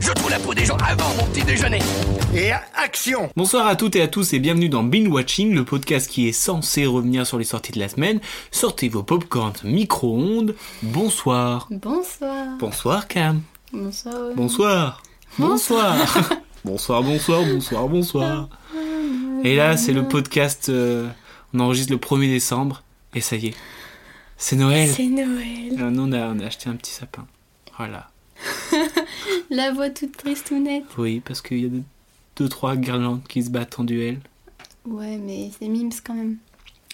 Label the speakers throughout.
Speaker 1: Je trouve la peau des gens avant mon petit déjeuner.
Speaker 2: Et action
Speaker 3: Bonsoir à toutes et à tous et bienvenue dans Binge Watching, le podcast qui est censé revenir sur les sorties de la semaine. Sortez vos popcorns micro-ondes. Bonsoir.
Speaker 4: Bonsoir.
Speaker 3: Bonsoir Cam.
Speaker 4: Bonsoir. Olivier.
Speaker 3: Bonsoir. Bonsoir. bonsoir, bonsoir, bonsoir, bonsoir. Et là, c'est le podcast. euh, on enregistre le 1er décembre et ça y est. C'est Noël.
Speaker 4: C'est Noël.
Speaker 3: Ah non, on a, on a acheté un petit sapin. Voilà.
Speaker 4: La voix toute tristounette.
Speaker 3: Oui, parce qu'il y a deux, deux, trois guirlandes qui se battent en duel.
Speaker 4: Ouais, mais c'est mimes quand même.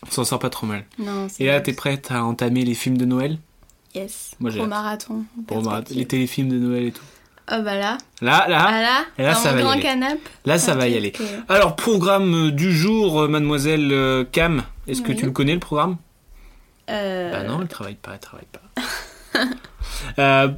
Speaker 3: On s'en sort pas trop mal.
Speaker 4: Non, c'est
Speaker 3: Et là,
Speaker 4: mimes.
Speaker 3: t'es prête à entamer les films de Noël
Speaker 4: Yes.
Speaker 3: Moi, j'ai
Speaker 4: Au
Speaker 3: hâte.
Speaker 4: marathon. en
Speaker 3: Bon, bah,
Speaker 4: perspective.
Speaker 3: les téléfilms de Noël et tout.
Speaker 4: Oh bah là.
Speaker 3: Là, là,
Speaker 4: Ah là.
Speaker 3: et là,
Speaker 4: dans
Speaker 3: ça
Speaker 4: mon
Speaker 3: va y
Speaker 4: grand
Speaker 3: aller.
Speaker 4: canap.
Speaker 3: Là, ça
Speaker 4: Un
Speaker 3: va y aller.
Speaker 4: truc, euh,
Speaker 3: Alors, programme euh, du jour, euh, mademoiselle euh, Cam. Est-ce que
Speaker 4: Oui.
Speaker 3: tu le connais, le programme
Speaker 4: euh,
Speaker 3: Bah non, elle travaille pas, elle travaille pas. Euh,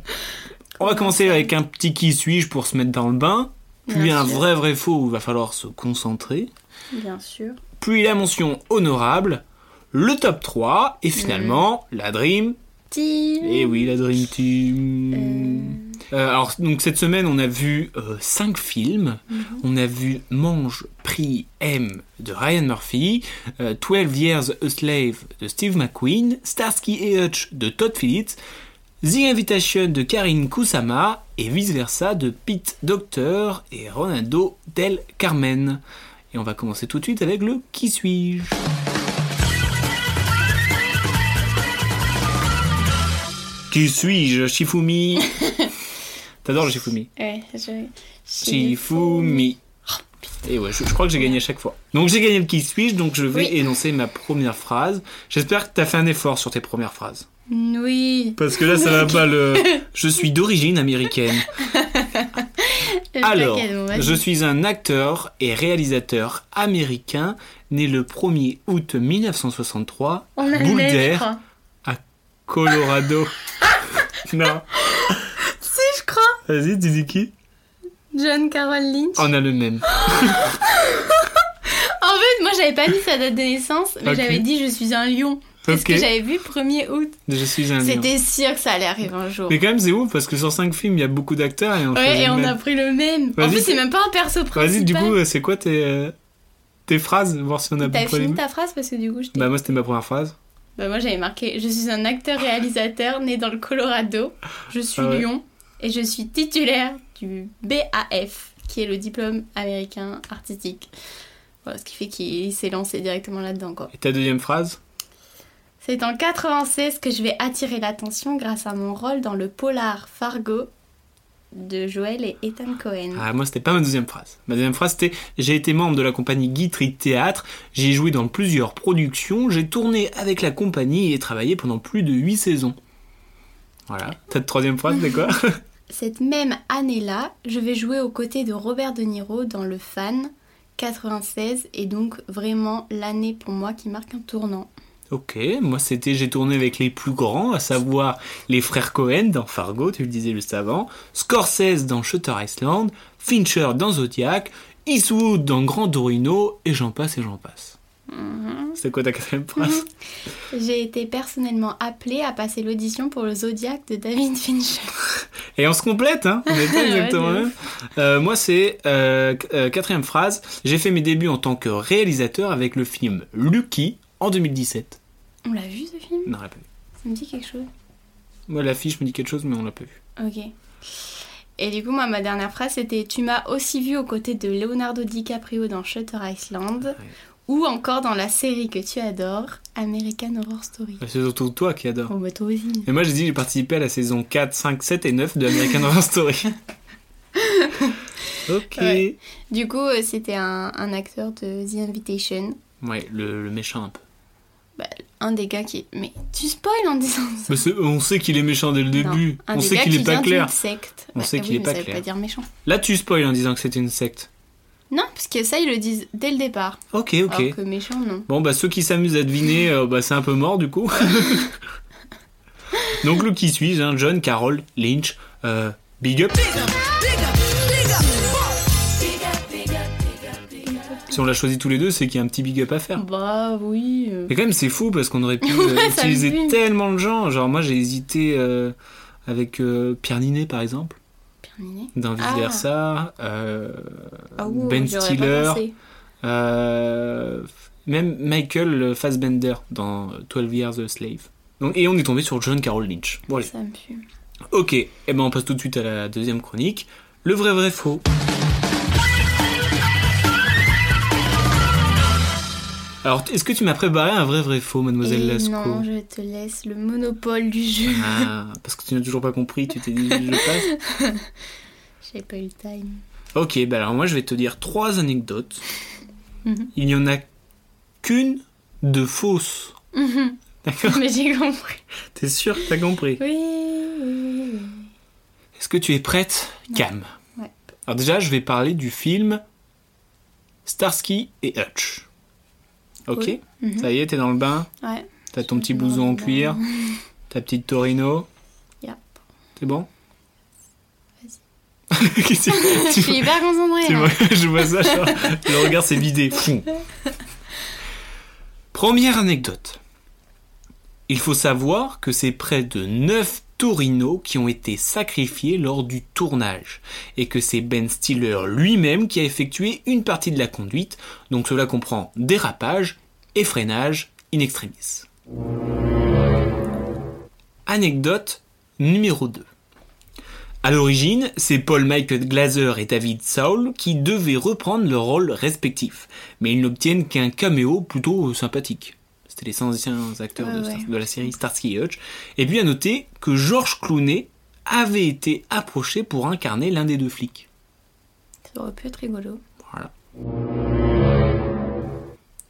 Speaker 3: on va commencer avec un petit qui suis-je pour se mettre dans le bain. Puis
Speaker 4: Bien
Speaker 3: un
Speaker 4: sûr.
Speaker 3: vrai vrai faux où il va falloir se concentrer.
Speaker 4: Bien sûr.
Speaker 3: Puis la mention honorable, le top 3
Speaker 4: Mhm.
Speaker 3: et finalement la Dream.
Speaker 4: Team.
Speaker 3: Et Eh oui, la Dream Team. Euh, alors donc cette semaine on a vu 5 films. On a vu Mange, Prie, M de Ryan Murphy, euh, 12 Years a Slave de Steve McQueen, Starsky et Hutch de Todd Phillips, The Invitation de Karine Kusama et vice versa de Pete Docter et Ronaldo Del Carmen. Et on va commencer tout de suite avec le Qui suis-je Qui suis-je, Shifumi T'adores le Shifumi
Speaker 4: Ouais, je.
Speaker 3: Shifumi. Et ouais, je, je crois que j'ai gagné à chaque fois. Donc j'ai gagné le qui suis-je, donc je vais
Speaker 4: Oui.
Speaker 3: énoncer ma première phrase. J'espère que t'as fait un effort sur tes premières phrases.
Speaker 4: Oui.
Speaker 3: Parce que là, ça va pas le. Je suis d'origine américaine.
Speaker 4: Le
Speaker 3: Alors,
Speaker 4: plaquette, bon, vas-y.
Speaker 3: je suis un acteur et réalisateur américain né le 1er août 1963 à
Speaker 4: On a le même, je
Speaker 3: Boulder,
Speaker 4: crois.
Speaker 3: Colorado. non,
Speaker 4: Si, je crois.
Speaker 3: vas-y, tu dis qui
Speaker 4: John Carroll Lynch.
Speaker 3: On a le même.
Speaker 4: En fait, moi, j'avais pas mis sa date de naissance, mais
Speaker 3: Ok.
Speaker 4: j'avais dit je suis un lion. Parce
Speaker 3: Ok.
Speaker 4: que j'avais vu 1er août.
Speaker 3: Je suis un lion.
Speaker 4: C'était sûr que ça allait arriver un jour.
Speaker 3: Mais quand même, c'est ouf parce que sur 5 films, il y a beaucoup d'acteurs et on
Speaker 4: Ouais,
Speaker 3: choisit
Speaker 4: et
Speaker 3: le
Speaker 4: on a
Speaker 3: même.
Speaker 4: pris le même. En
Speaker 3: Vas-y,
Speaker 4: plus, c'est
Speaker 3: c'est-
Speaker 4: même pas un perso principal.
Speaker 3: Vas-y, du coup, c'est quoi tes, euh, tes phrases Voir si on a
Speaker 4: T'as
Speaker 3: beaucoup
Speaker 4: fini ta phrase parce que du coup, je t'ai-
Speaker 3: Bah, moi, c'était ma première phrase.
Speaker 4: Bah, moi, j'avais marqué Je suis un acteur-réalisateur né dans le Colorado. Je suis
Speaker 3: Ah ouais.
Speaker 4: Lyon. Et je suis titulaire du BAF, qui est le diplôme américain artistique. Voilà, ce qui fait qu'il s'est lancé directement là-dedans, quoi.
Speaker 3: Et ta deuxième phrase
Speaker 4: C'est en 96 que je vais attirer l'attention grâce à mon rôle dans le polar Fargo de Joël et Ethan Cohen.
Speaker 3: Ah, moi, c'était pas ma deuxième phrase. Ma deuxième phrase, c'était J'ai été membre de la compagnie Guitry Théâtre. J'ai joué dans plusieurs productions. J'ai tourné avec la compagnie et travaillé pendant plus de 8 saisons. Voilà. Ta troisième phrase, c'est quoi
Speaker 4: Cette même année-là, je vais jouer aux côtés de Robert De Niro dans Le Fan 96 et donc vraiment l'année pour moi qui marque un tournant.
Speaker 3: Ok, moi c'était j'ai tourné avec les plus grands, à savoir les frères Cohen dans Fargo, tu le disais juste avant, Scorsese dans Shutter Island, Fincher dans Zodiac, Eastwood dans Grand Torino, et j'en passe et j'en passe. C'est quoi ta quatrième phrase
Speaker 4: J'ai été personnellement appelée à passer l'audition pour le Zodiac de David Fincher.
Speaker 3: Et on se complète, hein On n'est pas
Speaker 4: Ouais,
Speaker 3: exactement
Speaker 4: de
Speaker 3: le même. Euh, moi c'est euh, qu- euh, quatrième phrase, j'ai fait mes débuts en tant que réalisateur avec le film Lucky en 2017.
Speaker 4: On l'a vu ce film
Speaker 3: Non, on l'a pas vu.
Speaker 4: Ça me dit quelque chose
Speaker 3: Moi l'affiche me dit quelque chose, mais on l'a pas vu.
Speaker 4: Ok. Et du coup, moi, ma dernière phrase, c'était Tu m'as aussi vu aux côtés de Leonardo DiCaprio dans Shutter Island
Speaker 3: Ouais.
Speaker 4: ou encore dans la série que tu adores, American Horror Story.
Speaker 3: Bah, C'est surtout toi qui adore.
Speaker 4: Oh, bah toi aussi.
Speaker 3: Et moi j'ai dit j'ai participé à la saison 4, 5, 7 et 9 de American Horror Story. ok. Ouais,
Speaker 4: Ouais. Du coup, euh, c'était un, un acteur de The Invitation,
Speaker 3: le, le méchant un peu.
Speaker 4: un des gars qui. Mais tu spoil en disant ça
Speaker 3: Mais c'est- on sait qu'il est méchant dès le
Speaker 4: Non,
Speaker 3: début.
Speaker 4: un
Speaker 3: on
Speaker 4: des
Speaker 3: sait
Speaker 4: gars
Speaker 3: qu'il
Speaker 4: qui
Speaker 3: est pas
Speaker 4: vient
Speaker 3: clair.
Speaker 4: d'une secte.
Speaker 3: On sait
Speaker 4: ah
Speaker 3: qu'il
Speaker 4: oui,
Speaker 3: est
Speaker 4: mais
Speaker 3: pas
Speaker 4: ça veut
Speaker 3: clair.
Speaker 4: pas dire méchant.
Speaker 3: Là tu spoil en disant que c'est une secte.
Speaker 4: Non, parce que ça, ils le disent dès le départ.
Speaker 3: Ok, ok.
Speaker 4: Alors que méchant, non.
Speaker 3: Bon bah ceux qui s'amusent à deviner, euh, bah c'est un peu mort du coup. Donc le qui suis-je hein, John, Carol, Lynch, euh, Big Up. Si on l'a choisi tous les deux, c'est qu'il y a un petit big up à faire.
Speaker 4: Bah oui. euh.
Speaker 3: Mais quand même, c'est fou parce qu'on aurait pu euh,
Speaker 4: Ouais, ça
Speaker 3: utiliser
Speaker 4: abîme.
Speaker 3: tellement de gens. Genre, moi, j'ai hésité euh, avec euh, Pierre Ninet, par exemple,
Speaker 4: Terminé.
Speaker 3: dans
Speaker 4: Ah.
Speaker 3: Vice-Versa. euh,
Speaker 4: Ah ouh,
Speaker 3: Ben
Speaker 4: j'aurais pas
Speaker 3: Stiller.
Speaker 4: pensé.
Speaker 3: euh, même Michael Fassbender dans 12 Years a Slave. Donc, et on est tombé sur John Carroll Lynch. Bon, allez.
Speaker 4: Ça me pue.
Speaker 3: Ok, et ben on passe tout de suite à la deuxième chronique. Le vrai vrai faux. Alors, est-ce que tu m'as préparé un vrai vrai faux, mademoiselle
Speaker 4: Et
Speaker 3: Lascaux
Speaker 4: Eh non, je te laisse le monopole du jeu.
Speaker 3: Ah, parce que tu n'as toujours pas compris, tu t'es dit je passe.
Speaker 4: J'ai pas eu le time.
Speaker 3: Ok, bah alors moi je vais te dire trois anecdotes.
Speaker 4: Mhm.
Speaker 3: Il n'y en a qu'une de fausse.
Speaker 4: Mhm.
Speaker 3: D'accord
Speaker 4: Mais j'ai compris.
Speaker 3: T'es sûr que t'as compris
Speaker 4: Oui, oui, oui.
Speaker 3: Est-ce que tu es prête, Cam
Speaker 4: Ouais.
Speaker 3: Alors déjà, je vais parler du film Starsky et Hutch. Ok
Speaker 4: Oui. Mhm.
Speaker 3: Ça y est, t'es dans le bain,
Speaker 4: Ouais.
Speaker 3: t'as ton petit
Speaker 4: suis dans le
Speaker 3: blouson en
Speaker 4: bain.
Speaker 3: cuir, ta petite Torino.
Speaker 4: Yep.
Speaker 3: C'est bon Vas-y.
Speaker 4: Je suis hyper concentrée.
Speaker 3: Tu
Speaker 4: là.
Speaker 3: vois, je vois ça, genre, le regard s'est vidé. Fou. Première anecdote. Il faut savoir que c'est près de 9 Torinos qui ont été sacrifiés lors du tournage et que c'est Ben Stiller lui-même qui a effectué une partie de la conduite, donc cela comprend dérapage et freinage in extremis. Anecdote numéro 2. À l'origine, c'est Paul Michael Glaser et David Saul qui devaient reprendre leur rôle respectif, mais ils n'obtiennent qu'un caméo plutôt sympathique. C'était les anciens acteurs
Speaker 4: Ouais,
Speaker 3: de,
Speaker 4: ouais.
Speaker 3: Star- de la série Starsky et Hutch. Et puis à noter que George Clooney avait été approché pour incarner l'un des deux flics.
Speaker 4: Ça aurait pu être rigolo.
Speaker 3: Voilà.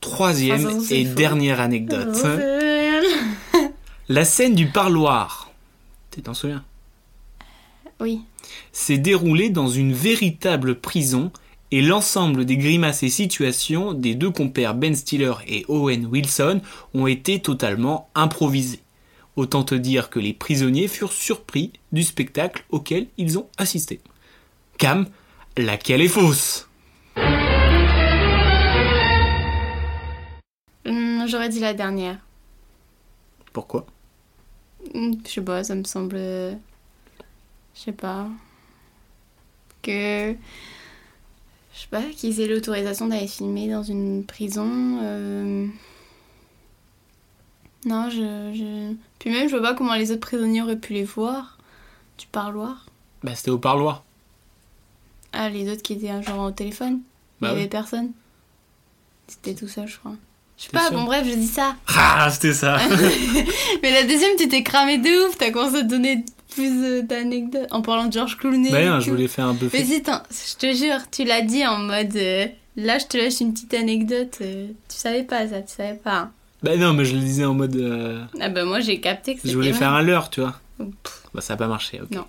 Speaker 3: Troisième
Speaker 4: Ah, ça, c'est
Speaker 3: et
Speaker 4: fou.
Speaker 3: dernière anecdote. La scène du parloir. Tu t'en souviens
Speaker 4: Oui.
Speaker 3: s'est déroulée dans une véritable prison et l'ensemble des grimaces et situations des deux compères Ben Stiller et Owen Wilson ont été totalement improvisés. Autant te dire que les prisonniers furent surpris du spectacle auquel ils ont assisté. Cam, laquelle est fausse
Speaker 4: Hum, J'aurais dit la dernière.
Speaker 3: Pourquoi
Speaker 4: Hum, Je sais pas, ça me semble. Je sais pas. Que. Je sais pas, qu'ils aient l'autorisation d'aller filmer dans une prison. euh, Non, je, je. Puis même, je vois pas comment les autres prisonniers auraient pu les voir du parloir.
Speaker 3: Bah c'était au parloir.
Speaker 4: Ah, les autres qui étaient genre au téléphone. Il
Speaker 3: Bah
Speaker 4: y avait
Speaker 3: oui.
Speaker 4: personne. C'était tout seul, je crois. Je sais
Speaker 3: T'es
Speaker 4: pas,
Speaker 3: sûre
Speaker 4: bon, bref, je dis ça.
Speaker 3: Ah c'était ça
Speaker 4: Mais la deuxième, tu t'es cramé de ouf, t'as commencé à donner plus euh, d'anecdotes en parlant de George Clooney.
Speaker 3: Bah
Speaker 4: et
Speaker 3: non, je
Speaker 4: tout.
Speaker 3: voulais faire un peu
Speaker 4: Mais si, t'en- je te jure, tu l'as dit en mode euh, là, je te lâche une petite anecdote. euh, tu savais pas ça, tu savais pas. hein.
Speaker 3: Bah non mais je le disais en mode... euh,
Speaker 4: Ah bah, moi, j'ai capté que c'était.
Speaker 3: je voulais
Speaker 4: vrai.
Speaker 3: faire un leurre tu vois.
Speaker 4: Pff,
Speaker 3: Bah ça a pas marché, ok.
Speaker 4: Non.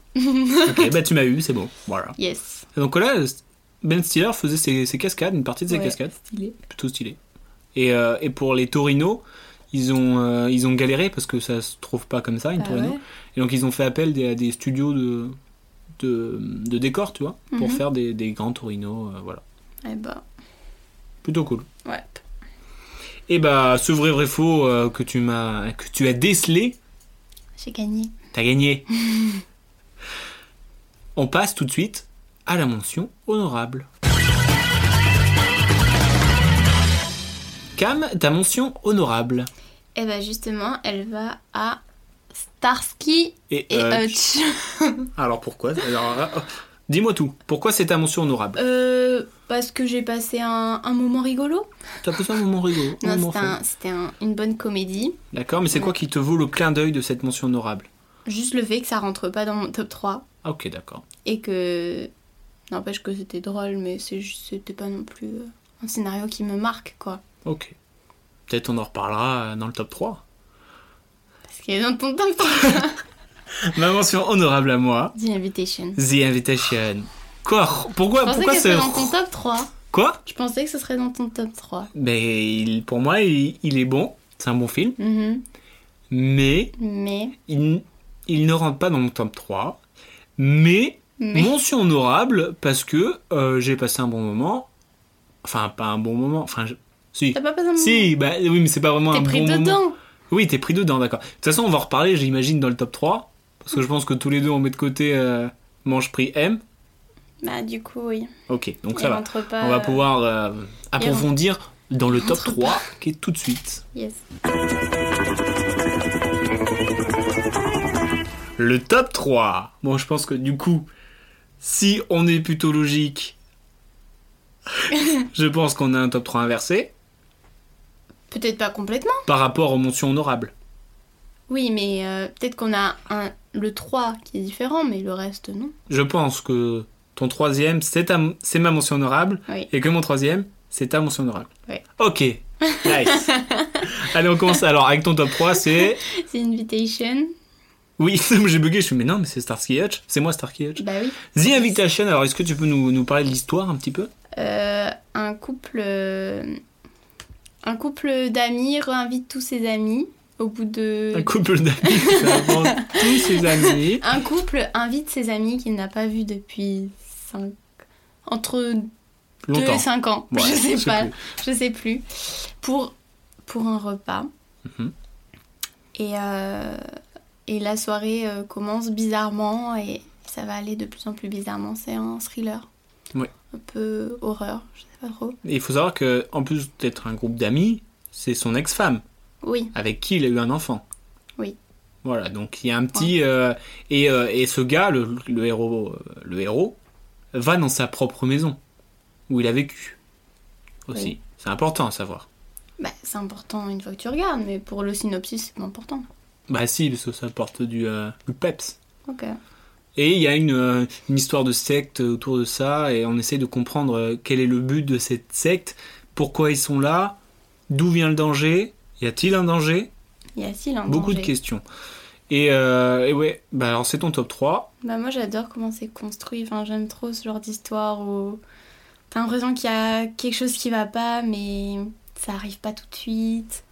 Speaker 3: ok, bah tu m'as eu, c'est bon. Voilà.
Speaker 4: Yes.
Speaker 3: Et donc là, Ben Stiller faisait ses, ses cascades, une partie de ses
Speaker 4: Ouais,
Speaker 3: cascades,
Speaker 4: Stylé.
Speaker 3: plutôt stylé. Et, euh, et pour les Torinos, ils ont, euh, ils ont galéré parce que ça se trouve pas comme ça, une
Speaker 4: Bah
Speaker 3: Torino.
Speaker 4: ouais.
Speaker 3: Et donc ils ont fait appel des- à des studios de, de, de décors, tu vois, pour
Speaker 4: Mhm.
Speaker 3: faire des, des grands Torinos, euh, voilà.
Speaker 4: Eh bah,
Speaker 3: Plutôt cool.
Speaker 4: ouais.
Speaker 3: Et bah ce vrai vrai faux euh, que, tu m'as que tu as décelé,
Speaker 4: J'ai gagné.
Speaker 3: T'as gagné. On passe tout de suite à la mention honorable. Cam, ta mention honorable.
Speaker 4: Eh bah, justement, elle va à Starsky
Speaker 3: Et,
Speaker 4: et
Speaker 3: euh,
Speaker 4: Hutch.
Speaker 3: alors pourquoi Alors, euh, Dis-moi tout. Pourquoi c'est ta mention honorable
Speaker 4: Euh, parce que j'ai passé un, un moment rigolo.
Speaker 3: T'as passé un moment rigolo. un
Speaker 4: Non,
Speaker 3: moment
Speaker 4: c'était
Speaker 3: fun.
Speaker 4: un- c'était un- une bonne comédie.
Speaker 3: D'accord, mais c'est quoi qui te vaut le clin d'œil de cette mention honorable
Speaker 4: Juste le fait que ça rentre pas dans mon top 3
Speaker 3: Ah, Ok, d'accord.
Speaker 4: et que. N'empêche que c'était drôle, mais c'est juste- c'était pas non plus euh, un scénario qui me marque, quoi.
Speaker 3: Ok. Peut-être on en reparlera euh, dans le top 3.
Speaker 4: Parce qu'il est dans ton top 3
Speaker 3: Ma mention honorable à moi,
Speaker 4: The Invitation.
Speaker 3: The Invitation. Quoi
Speaker 4: Je
Speaker 3: Ah, Pourquoi,
Speaker 4: pensais
Speaker 3: pourquoi
Speaker 4: que
Speaker 3: ce...
Speaker 4: c'était dans ton top 3.
Speaker 3: Quoi
Speaker 4: Je pensais que ce serait dans ton top 3.
Speaker 3: Mais Ben, il- pour moi, il, il est bon. C'est un bon film.
Speaker 4: Mhm.
Speaker 3: Mais
Speaker 4: Mm-hmm. Mais
Speaker 3: il, il ne rentre pas dans mon top 3, mais,
Speaker 4: Mais-
Speaker 3: mention honorable parce que euh, j'ai passé un bon moment. Enfin, pas un bon moment. Enfin, je- si.
Speaker 4: T'as pas besoin de
Speaker 3: Si, bah oui, mais c'est pas vraiment un
Speaker 4: T'es
Speaker 3: bon
Speaker 4: pris
Speaker 3: moment.
Speaker 4: dedans.
Speaker 3: Oui, t'es pris dedans, d'accord. De toute façon, on va en reparler, j'imagine, dans le top 3. Parce que je pense que tous les deux, on met de côté euh, manche prix M.
Speaker 4: Bah du coup oui.
Speaker 3: Ok, donc
Speaker 4: Il
Speaker 3: ça va.
Speaker 4: rentre pas.
Speaker 3: On va pouvoir euh, approfondir dans le top
Speaker 4: rentre
Speaker 3: 3 qui est tout de suite.
Speaker 4: euh, Yes.
Speaker 3: Le top 3 Bon, je pense que du coup, si on est plutôt logique, je pense qu'on a un top 3 inversé
Speaker 4: Peut-être pas complètement.
Speaker 3: par rapport aux mentions honorables.
Speaker 4: Oui, mais euh, peut-être qu'on a un, le 3 qui est différent, mais le reste, non.
Speaker 3: Je pense que ton troisième, c'est ta- c'est ma mention honorable.
Speaker 4: Oui.
Speaker 3: Et que mon troisième, c'est ta mention honorable.
Speaker 4: Ouais.
Speaker 3: Ok. Nice. Allez, on commence. Alors, avec ton top 3, c'est.
Speaker 4: C'est Invitation.
Speaker 3: Oui, j'ai bugué. Je suis, mais non, mais c'est Starsky et Hutch. C'est moi, Starsky et Hutch.
Speaker 4: Bah oui.
Speaker 3: The Invitation, alors est-ce que tu peux nous, nous parler de l'histoire un petit peu
Speaker 4: Euh, un couple, euh, un couple d'amis réinvite tous ses amis au bout de.
Speaker 3: Un couple d'amis qui invente tous ses amis.
Speaker 4: Un couple invite ses amis qu'il n'a pas vus depuis 5 entre 2
Speaker 3: Longtemps.
Speaker 4: et 5 ans,
Speaker 3: Ouais,
Speaker 4: je sais
Speaker 3: je sais
Speaker 4: pas,
Speaker 3: plus.
Speaker 4: je sais plus, pour, pour un repas.
Speaker 3: Mhm.
Speaker 4: et, euh, et la soirée euh, commence bizarrement et ça va aller de plus en plus bizarrement. C'est un thriller.
Speaker 3: Ouais.
Speaker 4: Un peu horreur, je sais pas trop.
Speaker 3: Et il faut savoir que, en plus d'être un groupe d'amis, c'est son ex-femme
Speaker 4: Oui,
Speaker 3: avec qui il a eu un enfant.
Speaker 4: Oui.
Speaker 3: Voilà, donc il y a un petit. euh, et, euh, et ce gars, le, le héros, euh, le héros, va dans sa propre maison où il a vécu. Aussi.
Speaker 4: Oui.
Speaker 3: C'est important à savoir.
Speaker 4: bah, c'est important une fois que tu regardes, mais pour le synopsis, c'est pas important.
Speaker 3: Bah si, parce que ça porte du, euh, du peps.
Speaker 4: Ok.
Speaker 3: Et il y a une, euh, une histoire de secte autour de ça, et on essaie de comprendre euh, quel est le but de cette secte, pourquoi ils sont là, d'où vient le danger, y a-t-il un danger
Speaker 4: Il y a si un
Speaker 3: Beaucoup de
Speaker 4: danger.
Speaker 3: questions. Et, euh, et ouais, bah alors c'est ton top 3.
Speaker 4: Bah moi j'adore comment c'est construit, enfin j'aime trop ce genre d'histoire où t'as l'impression qu'il y a quelque chose qui va pas mais ça arrive pas tout de suite.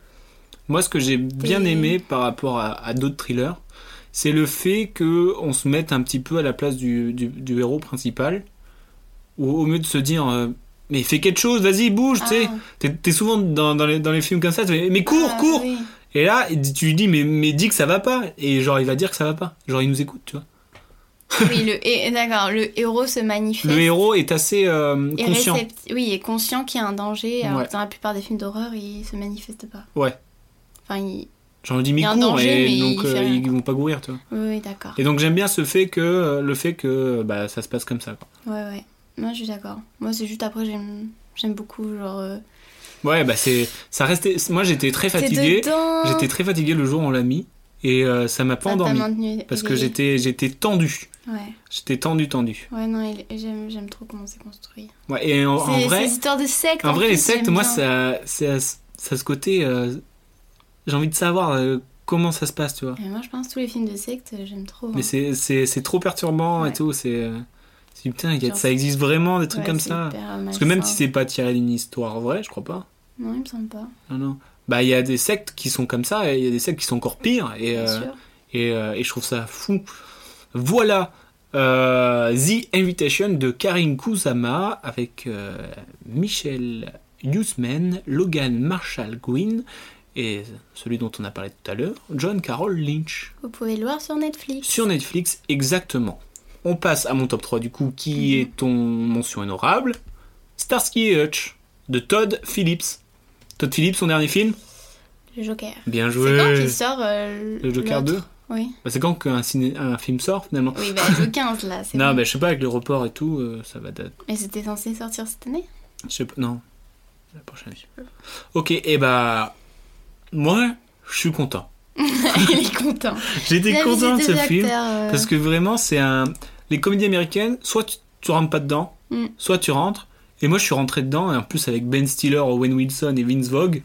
Speaker 3: Moi, ce que j'ai bien
Speaker 4: Et-
Speaker 3: aimé par rapport à, à d'autres thrillers, c'est le fait que on se mette un petit peu à la place du, du- du héros principal, ou au mieux de se dire euh, mais fais quelque chose, vas-y bouge, tu sais.
Speaker 4: Ah,
Speaker 3: T'es- T'es souvent dans, dans les, dans les films comme ça, tu fais, mais cours,
Speaker 4: ah,
Speaker 3: cours
Speaker 4: oui.
Speaker 3: Et là, il dit- tu lui dis, mais, mais dis que ça va pas. Et genre, il va dire que ça va pas. Genre, il nous écoute, tu vois.
Speaker 4: Oui, le, hé- d'accord, le héros se manifeste.
Speaker 3: Le héros est assez euh,
Speaker 4: est
Speaker 3: conscient.
Speaker 4: récepti- oui, est conscient qu'il y a un danger. Alors
Speaker 3: Ouais.
Speaker 4: que dans la plupart des films d'horreur, il se manifeste pas.
Speaker 3: Ouais.
Speaker 4: Enfin, il...
Speaker 3: Genre, il dit, mais
Speaker 4: Il y a un
Speaker 3: cours,
Speaker 4: danger,
Speaker 3: et
Speaker 4: mais
Speaker 3: donc
Speaker 4: il fait
Speaker 3: euh,
Speaker 4: rien,
Speaker 3: ils
Speaker 4: quoi.
Speaker 3: vont pas courir, tu vois.
Speaker 4: Oui, oui, d'accord.
Speaker 3: Et donc, j'aime bien ce fait que euh, le fait que euh, bah, ça se passe comme ça. quoi.
Speaker 4: Ouais, ouais. Moi, je suis d'accord. Moi, c'est juste après, j'aime, j'aime beaucoup. Genre, euh,
Speaker 3: Ouais, bah, c'est. Ça restait. Moi, j'étais très
Speaker 4: t'es
Speaker 3: fatigué.
Speaker 4: dedans
Speaker 3: J'étais très fatigué le jour où on l'a mis. Et euh, ça m'a pas
Speaker 4: Ça t'a
Speaker 3: endormi.
Speaker 4: maintenu
Speaker 3: Parce que
Speaker 4: éveillé.
Speaker 3: j'étais j'étais tendu.
Speaker 4: Ouais,
Speaker 3: J'étais tendu, tendu.
Speaker 4: ouais, non, il- j'aime, j'aime trop comment c'est construit.
Speaker 3: Ouais, et en, en
Speaker 4: C'est-
Speaker 3: vrai.
Speaker 4: Ces histoires de sectes.
Speaker 3: En vrai,
Speaker 4: plus,
Speaker 3: les sectes,
Speaker 4: j'aime
Speaker 3: moi,
Speaker 4: bien.
Speaker 3: ça, c'est ça a ce côté. euh, j'ai envie de savoir euh, comment ça se passe, tu vois.
Speaker 4: Mais moi, je pense que tous les films de sectes, j'aime trop. hein.
Speaker 3: Mais c'est- c'est c'est trop perturbant et
Speaker 4: Ouais.
Speaker 3: tout. C'est euh, c'est- putain, il y a-
Speaker 4: Genre,
Speaker 3: ça existe vraiment des trucs
Speaker 4: Ouais,
Speaker 3: comme
Speaker 4: c'est
Speaker 3: ça.
Speaker 4: hyper euh,
Speaker 3: Parce que même
Speaker 4: malsain.
Speaker 3: si c'est pas tiré d'une histoire vraie, je crois pas.
Speaker 4: Non, il me semble pas.
Speaker 3: Non, non. Bah, il y a des sectes qui sont comme ça et il y a des sectes qui sont encore pires. Et,
Speaker 4: Bien
Speaker 3: euh,
Speaker 4: sûr.
Speaker 3: et, euh, et je trouve ça fou. Voilà. euh, The Invitation de Karim Kusama avec euh, Michel Newsman, Logan Marshall Gwynn et celui dont on a parlé tout à l'heure, John Carroll Lynch.
Speaker 4: Vous pouvez le voir sur Netflix.
Speaker 3: Sur Netflix, exactement. On passe à mon top 3 du coup, qui
Speaker 4: Mhm.
Speaker 3: est ton mention honorable Starsky et Hutch de Todd Phillips. Todd Phillips, son dernier film
Speaker 4: Le Joker.
Speaker 3: Bien
Speaker 4: C'est quand
Speaker 3: joué.
Speaker 4: qu'il sort euh,
Speaker 3: Le Joker
Speaker 4: l'autre
Speaker 3: 2
Speaker 4: Oui.
Speaker 3: Bah, C'est quand qu'un ciné- un film sort finalement
Speaker 4: Oui, bah, le 15 là. c'est
Speaker 3: Non,
Speaker 4: bon.
Speaker 3: mais je sais pas, avec le report et tout, euh, ça va date.
Speaker 4: Mais c'était censé sortir cette année
Speaker 3: Je sais pas, non. La prochaine. Ok, et bah. Moi, je suis content.
Speaker 4: Il est content.
Speaker 3: J'étais
Speaker 4: La
Speaker 3: content de
Speaker 4: visite
Speaker 3: ce
Speaker 4: des
Speaker 3: film.
Speaker 4: acteurs, euh,
Speaker 3: Parce que vraiment, c'est un. Les comédies américaines, soit tu, tu rentres pas dedans,
Speaker 4: Mm.
Speaker 3: soit tu rentres. Et moi, je suis rentré dedans, et en plus avec Ben Stiller, Owen Wilson et Vince Vogue.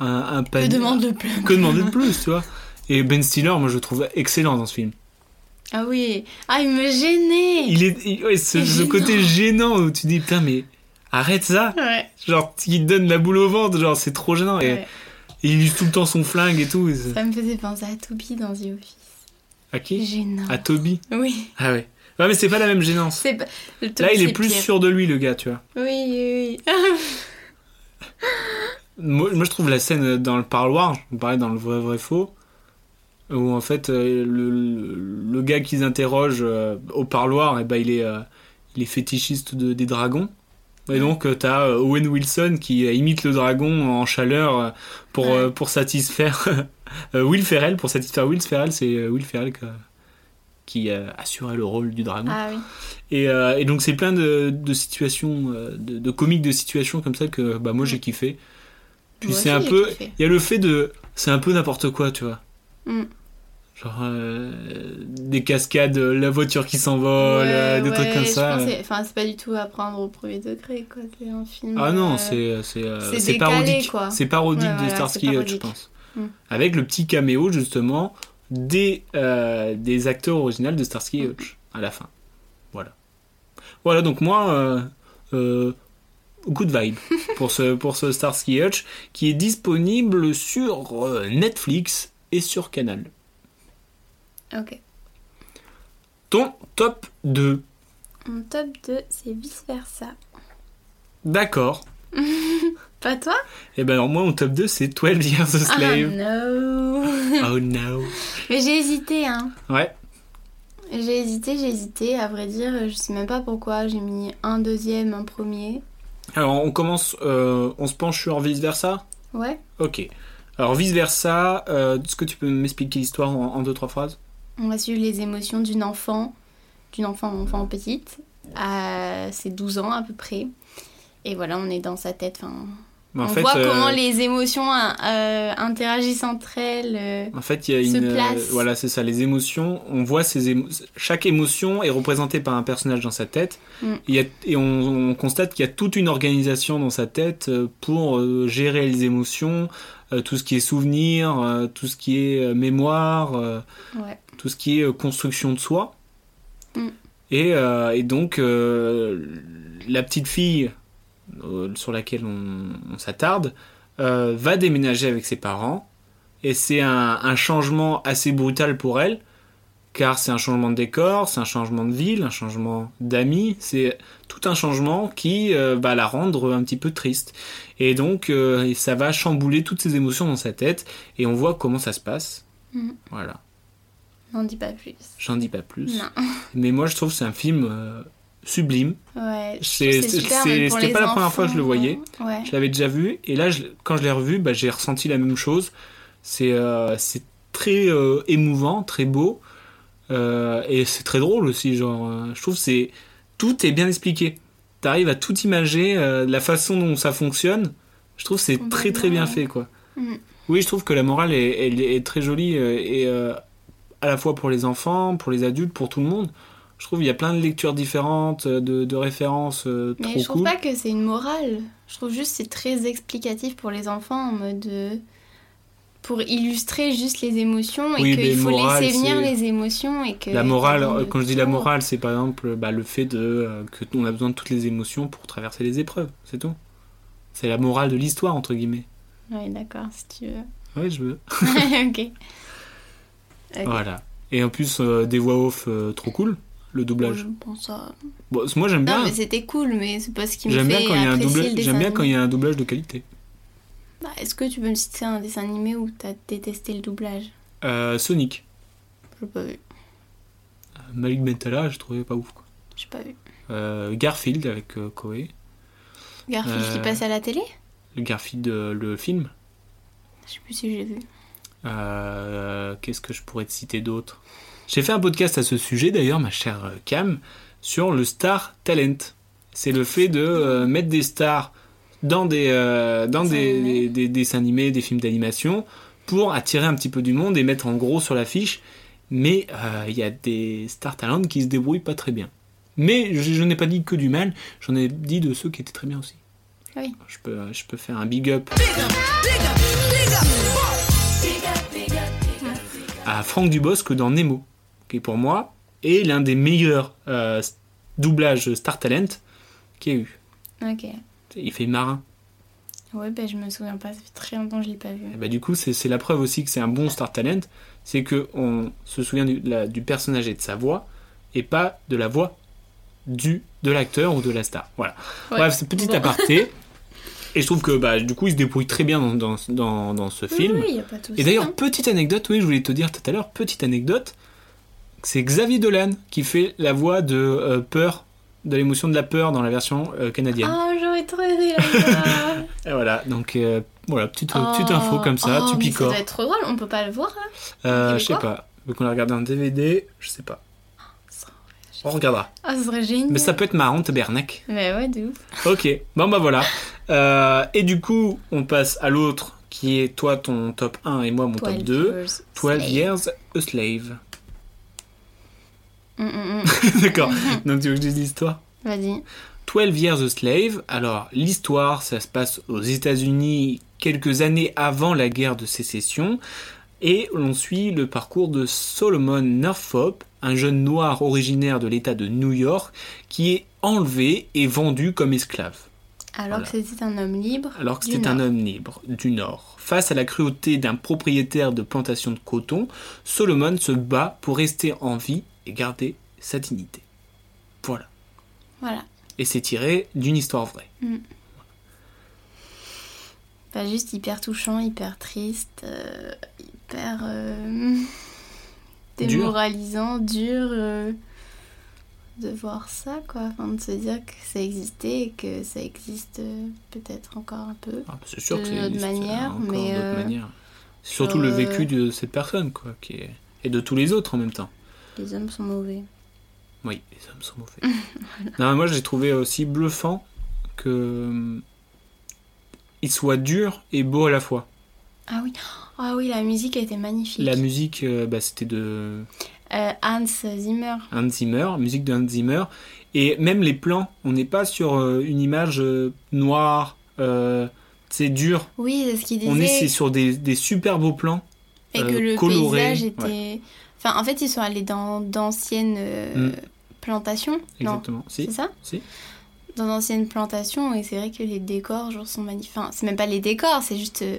Speaker 3: Un, un
Speaker 4: Que
Speaker 3: panier-
Speaker 4: demande le plus
Speaker 3: Que demander de plus, tu vois. Et Ben Stiller, moi, je le trouve excellent dans ce film.
Speaker 4: Ah oui. Ah, il me gênait.
Speaker 3: Il est. il- ouais, ce,
Speaker 4: C'est
Speaker 3: ce
Speaker 4: gênant.
Speaker 3: côté gênant où tu dis, putain, mais arrête ça!
Speaker 4: Ouais.
Speaker 3: Genre, il te donne la boule au ventre, genre, c'est trop gênant. Et,
Speaker 4: ouais.
Speaker 3: et il use tout le temps son flingue et tout. et c'est-
Speaker 4: Ça me faisait penser à Toby dans The Office.
Speaker 3: À qui
Speaker 4: Gênant.
Speaker 3: À Toby.
Speaker 4: Oui.
Speaker 3: Ah ouais. Ouais, mais c'est pas la même gênance.
Speaker 4: C'est pas- le
Speaker 3: Là,
Speaker 4: Toby,
Speaker 3: il est
Speaker 4: c'est
Speaker 3: plus
Speaker 4: pire.
Speaker 3: sûr de lui, le gars, tu vois.
Speaker 4: Oui, Ah oui,
Speaker 3: Moi, moi, je trouve la scène dans le parloir, on parlait dans le vrai vrai faux, où en fait euh, le, le- le gars qu'ils interrogent euh, au parloir, eh ben, il, est, euh, il est fétichiste de- des dragons. Et donc euh, t'as euh, Owen Wilson qui euh, imite le dragon en chaleur euh, pour,
Speaker 4: Ouais.
Speaker 3: euh, pour satisfaire euh, Will Ferrell, pour satisfaire Will Ferrell, c'est euh, Will Ferrell que- qui euh, assurait le rôle du
Speaker 4: oui.
Speaker 3: dragon.
Speaker 4: Ah oui.
Speaker 3: Et, euh, et donc c'est plein de, de situations, euh, de, de comiques de situations comme ça que bah, moi j'ai kiffé. Puis
Speaker 4: Moi
Speaker 3: c'est
Speaker 4: aussi,
Speaker 3: un
Speaker 4: j'ai
Speaker 3: peu,
Speaker 4: kiffé.
Speaker 3: il y a le fait de, c'est un peu n'importe quoi, tu vois.
Speaker 4: Mm.
Speaker 3: Genre euh, des cascades, euh, la voiture qui s'envole, euh,
Speaker 4: Ouais,
Speaker 3: des trucs
Speaker 4: ouais,
Speaker 3: comme
Speaker 4: je
Speaker 3: ça.
Speaker 4: pense que c'est- Enfin, c'est pas du tout à prendre au premier degré, quoi. C'est un film.
Speaker 3: Ah non,
Speaker 4: euh,
Speaker 3: c'est c'est euh,
Speaker 4: c'est
Speaker 3: c'est
Speaker 4: décalé,
Speaker 3: parodique,
Speaker 4: quoi.
Speaker 3: c'est parodique
Speaker 4: Ouais,
Speaker 3: de
Speaker 4: voilà, c'est
Speaker 3: Starsky et Hutch, je
Speaker 4: parodique.
Speaker 3: pense.
Speaker 4: Mm.
Speaker 3: Avec le petit caméo justement des euh, des acteurs originaux de Starsky
Speaker 4: Mm.
Speaker 3: et Hutch à la fin. Voilà. Voilà donc moi euh, euh, good vibe pour ce pour ce Starsky et Hutch qui est disponible sur euh, Netflix et sur Canal.
Speaker 4: Ok.
Speaker 3: Ton top 2.
Speaker 4: Mon top 2, c'est vice versa.
Speaker 3: D'accord.
Speaker 4: Pas toi
Speaker 3: Et ben alors moi mon top 2 c'est 12 Years a Slave.
Speaker 4: Ah non
Speaker 3: oh no.
Speaker 4: Mais j'ai hésité, hein.
Speaker 3: Ouais.
Speaker 4: J'ai hésité, j'ai hésité. À vrai dire, je sais même pas pourquoi. J'ai mis un deuxième, un premier.
Speaker 3: Alors on commence, euh, on se penche sur vice versa.
Speaker 4: Ouais.
Speaker 3: Ok. Alors vice versa, euh, est-ce que tu peux m'expliquer l'histoire en, en deux trois phrases
Speaker 4: On va suivre les émotions d'une enfant, d'une enfant, enfant petite, à ses 12 ans à peu près. Et voilà, on est dans sa tête. Enfin,
Speaker 3: Mais
Speaker 4: on voit
Speaker 3: euh,
Speaker 4: comment les émotions euh, interagissent entre elles. euh.
Speaker 3: En fait, il y a
Speaker 4: se
Speaker 3: une. euh,
Speaker 4: placent.
Speaker 3: voilà, c'est ça. Les émotions, on voit ces émo- chaque émotion est représentée par un personnage dans sa tête.
Speaker 4: Mm.
Speaker 3: Il y a- et on, on constate qu'il y a toute une organisation dans sa tête euh, pour euh, gérer les émotions, euh, tout ce qui est souvenir, euh, tout ce qui est euh, mémoire. euh,
Speaker 4: Ouais.
Speaker 3: tout ce qui est euh, construction de soi.
Speaker 4: Mm.
Speaker 3: Et, euh, et donc, euh, la petite fille euh, sur laquelle on, on s'attarde euh, va déménager avec ses parents. Et c'est un, un changement assez brutal pour elle, car c'est un changement de décor, c'est un changement de ville, un changement d'amis, c'est tout un changement qui euh, va la rendre un petit peu triste. Et donc, euh, ça va chambouler toutes ses émotions dans sa tête, et on voit comment ça se passe.
Speaker 4: Mm.
Speaker 3: Voilà.
Speaker 4: N'en dis pas plus.
Speaker 3: J'en dis pas plus.
Speaker 4: Non.
Speaker 3: Mais moi, je trouve que c'est un film euh, sublime.
Speaker 4: Ouais. je
Speaker 3: C'est-
Speaker 4: trouve que
Speaker 3: c'est-
Speaker 4: super,
Speaker 3: c'est-
Speaker 4: même pour
Speaker 3: c'était
Speaker 4: les
Speaker 3: pas la première fois que je le
Speaker 4: enfants,
Speaker 3: voyais.
Speaker 4: euh, Ouais.
Speaker 3: Je l'avais déjà vu, et là, je- quand je l'ai revu, bah, j'ai ressenti la même chose. C'est euh, c'est très euh, émouvant, très beau, euh, et c'est très drôle aussi. Genre, euh, je trouve que c'est tout est bien expliqué. T'arrives à tout imager, euh, la façon dont ça fonctionne. Je trouve que c'est très très bien
Speaker 4: Complètement.
Speaker 3: fait, quoi.
Speaker 4: Mm.
Speaker 3: Oui, je trouve que la morale est, elle est très jolie euh, et euh, à la fois pour les enfants, pour les adultes, pour tout le monde. Je trouve qu'il y a plein de lectures différentes, euh, de, de références euh,
Speaker 4: Mais
Speaker 3: trop
Speaker 4: je trouve
Speaker 3: cool.
Speaker 4: pas que c'est une morale. Je trouve juste que c'est très explicatif pour les enfants en mode de- pour illustrer juste les émotions et
Speaker 3: Oui, mais
Speaker 4: qu'il faut
Speaker 3: morale,
Speaker 4: laisser venir
Speaker 3: c'est-
Speaker 4: les émotions et que
Speaker 3: La morale,
Speaker 4: qu'il y a
Speaker 3: euh,
Speaker 4: de
Speaker 3: quand je dis la
Speaker 4: tout.
Speaker 3: morale, c'est par exemple bah, le fait de euh, que t- on a besoin de toutes les émotions pour traverser les épreuves, c'est tout. C'est la morale de l'histoire entre guillemets.
Speaker 4: Ouais, d'accord, si tu veux.
Speaker 3: Ouais, je veux.
Speaker 4: ok. Ok.
Speaker 3: Voilà. Et en plus euh, des voix off euh, trop cool, le doublage.
Speaker 4: Bon, bon, ça-
Speaker 3: Bon, c- moi j'aime
Speaker 4: Mmh. Non,
Speaker 3: bien.
Speaker 4: mais c'était cool, mais c'est pas ce qui me fait
Speaker 3: J'aime bien quand il y a un
Speaker 4: apprécier
Speaker 3: doublage.
Speaker 4: le dessin
Speaker 3: J'aime bien
Speaker 4: animé.
Speaker 3: quand il y a un doublage de qualité.
Speaker 4: Bah, Est-ce que tu peux me citer un dessin animé où t'as détesté le doublage
Speaker 3: Euh, Sonic,
Speaker 4: J'ai pas vu.
Speaker 3: Euh, Malik Bentala, je trouvais pas ouf. quoi.
Speaker 4: J'ai pas vu.
Speaker 3: Euh, Garfield avec euh, Koei.
Speaker 4: Garfield qui
Speaker 3: Euh,
Speaker 4: passe à la télé
Speaker 3: Garfield euh, le film.
Speaker 4: Je sais plus si je l'ai vu.
Speaker 3: Euh, Qu'est-ce que je pourrais te citer d'autre J'ai fait un podcast à ce sujet d'ailleurs, ma chère euh, Cam, sur le star talent. C'est le fait de euh, mettre des stars dans des, euh, dans
Speaker 4: Dessins
Speaker 3: des,
Speaker 4: animés.
Speaker 3: des- des dessins animés, des films d'animation, pour attirer un petit peu du monde et mettre en gros sur l'affiche. Mais euh, il y a des star talents qui se débrouillent pas très bien. Mais je, je n'ai pas dit que du mal, j'en ai dit de ceux qui étaient très bien aussi.
Speaker 4: Ah Oui.
Speaker 3: Je peux, je peux faire un big up à Franck Dubosc dans Nemo, qui pour moi est l'un des meilleurs euh, s- doublages Star Talent qu'il y a eu.
Speaker 4: Ok.
Speaker 3: hein. Il fait marin.
Speaker 4: Ouais, ben je me souviens pas, ça fait très longtemps que je l'ai pas vu.
Speaker 3: Et bah, du coup, c'est c'est la preuve aussi que c'est un bon star talent, c'est que on se souvient du, la- du personnage et de sa voix, et pas de la voix du de l'acteur ou de la star. Voilà.
Speaker 4: Ouais.
Speaker 3: Bref, c'est petit
Speaker 4: Bon.
Speaker 3: aparté. Et je trouve que bah, du coup, il se débrouille très bien dans, dans, dans- dans ce film.
Speaker 4: Oui, il y a pas de souci,
Speaker 3: Et d'ailleurs,
Speaker 4: hein.
Speaker 3: petite anecdote, oui, je voulais te dire tout à l'heure, petite anecdote, c'est Xavier Dolan qui fait la voix de euh, peur, de l'émotion de la peur dans la version euh, canadienne.
Speaker 4: Ah, j'aurais trop aimé là.
Speaker 3: Et voilà, donc euh, voilà, petite, petite info comme ça, tu
Speaker 4: Oh. Ça
Speaker 3: picores.
Speaker 4: doit être trop drôle, on peut pas le voir hein. là.
Speaker 3: Euh,
Speaker 4: Québécois
Speaker 3: je sais pas, vu qu'on l'a regardé en DVD, je sais pas.
Speaker 4: Oh, ça
Speaker 3: On regardera.
Speaker 4: Ah, ça serait génial.
Speaker 3: Mais ça peut être marrant, tabernacle.
Speaker 4: Mais ouais, de ouf.
Speaker 3: Ok, bon bah voilà. Euh, et du coup, on passe à l'autre qui est toi ton top 1 et moi mon top
Speaker 4: 12
Speaker 3: 2.
Speaker 4: years
Speaker 3: 12
Speaker 4: slave.
Speaker 3: Years a Slave.
Speaker 4: Hum, hum, hum.
Speaker 3: D'accord, donc tu veux que je dise l'histoire
Speaker 4: Vas-y.
Speaker 3: 12 Years a Slave, alors l'histoire, ça se passe aux États-Unis quelques années avant la guerre de sécession, et l'on suit le parcours de Solomon Northrop, un jeune noir originaire de l'État de New York, qui est enlevé et vendu comme esclave
Speaker 4: Alors
Speaker 3: Voilà.
Speaker 4: que c'était un homme libre.
Speaker 3: alors que
Speaker 4: du
Speaker 3: c'était un
Speaker 4: Nord.
Speaker 3: homme libre du Nord. Face à la cruauté d'un propriétaire de plantation de coton, Solomon se bat pour rester en vie et garder sa dignité. Voilà.
Speaker 4: Voilà.
Speaker 3: Et c'est tiré d'une histoire vraie.
Speaker 4: Pas juste hyper touchant, hyper triste, euh, hyper. euh, démoralisant, dur. euh, de voir ça, quoi. Enfin, de se dire que ça existait et que ça existe euh, peut-être encore un peu.
Speaker 3: Ah, bah, c'est sûr
Speaker 4: De
Speaker 3: que c'est
Speaker 4: notre
Speaker 3: c'est
Speaker 4: manière,
Speaker 3: encore
Speaker 4: mais,
Speaker 3: d'autres
Speaker 4: euh,
Speaker 3: manières. C'est surtout
Speaker 4: sur,
Speaker 3: le
Speaker 4: euh,
Speaker 3: vécu de cette personne, quoi, qui est... et de tous les autres en même temps.
Speaker 4: Les hommes sont mauvais.
Speaker 3: Oui, les hommes sont mauvais. Non, mais moi, j'ai trouvé aussi bluffant que hum, il soit dur et beau à la fois.
Speaker 4: Ah oui. Ah oui, la musique était magnifique.
Speaker 3: La musique, euh, bah, c'était de
Speaker 4: Euh, Hans Zimmer.
Speaker 3: Hans Zimmer, musique de Hans Zimmer, et même les plans, on n'est pas sur euh, une image euh, noire, euh, c'est dur,
Speaker 4: Oui, c'est ce qu'il disait.
Speaker 3: on est c'est sur des, des super beaux plans.
Speaker 4: Et
Speaker 3: euh,
Speaker 4: que le
Speaker 3: coloré,
Speaker 4: paysage était. Enfin, en fait, ils sont allés dans d'anciennes euh,
Speaker 3: Mm.
Speaker 4: plantations. Non,
Speaker 3: Exactement. Si.
Speaker 4: c'est ça
Speaker 3: si.
Speaker 4: Dans d'anciennes plantations, et c'est vrai que les décors, genre, sont magnifiques. Enfin, c'est même pas les décors, c'est juste euh,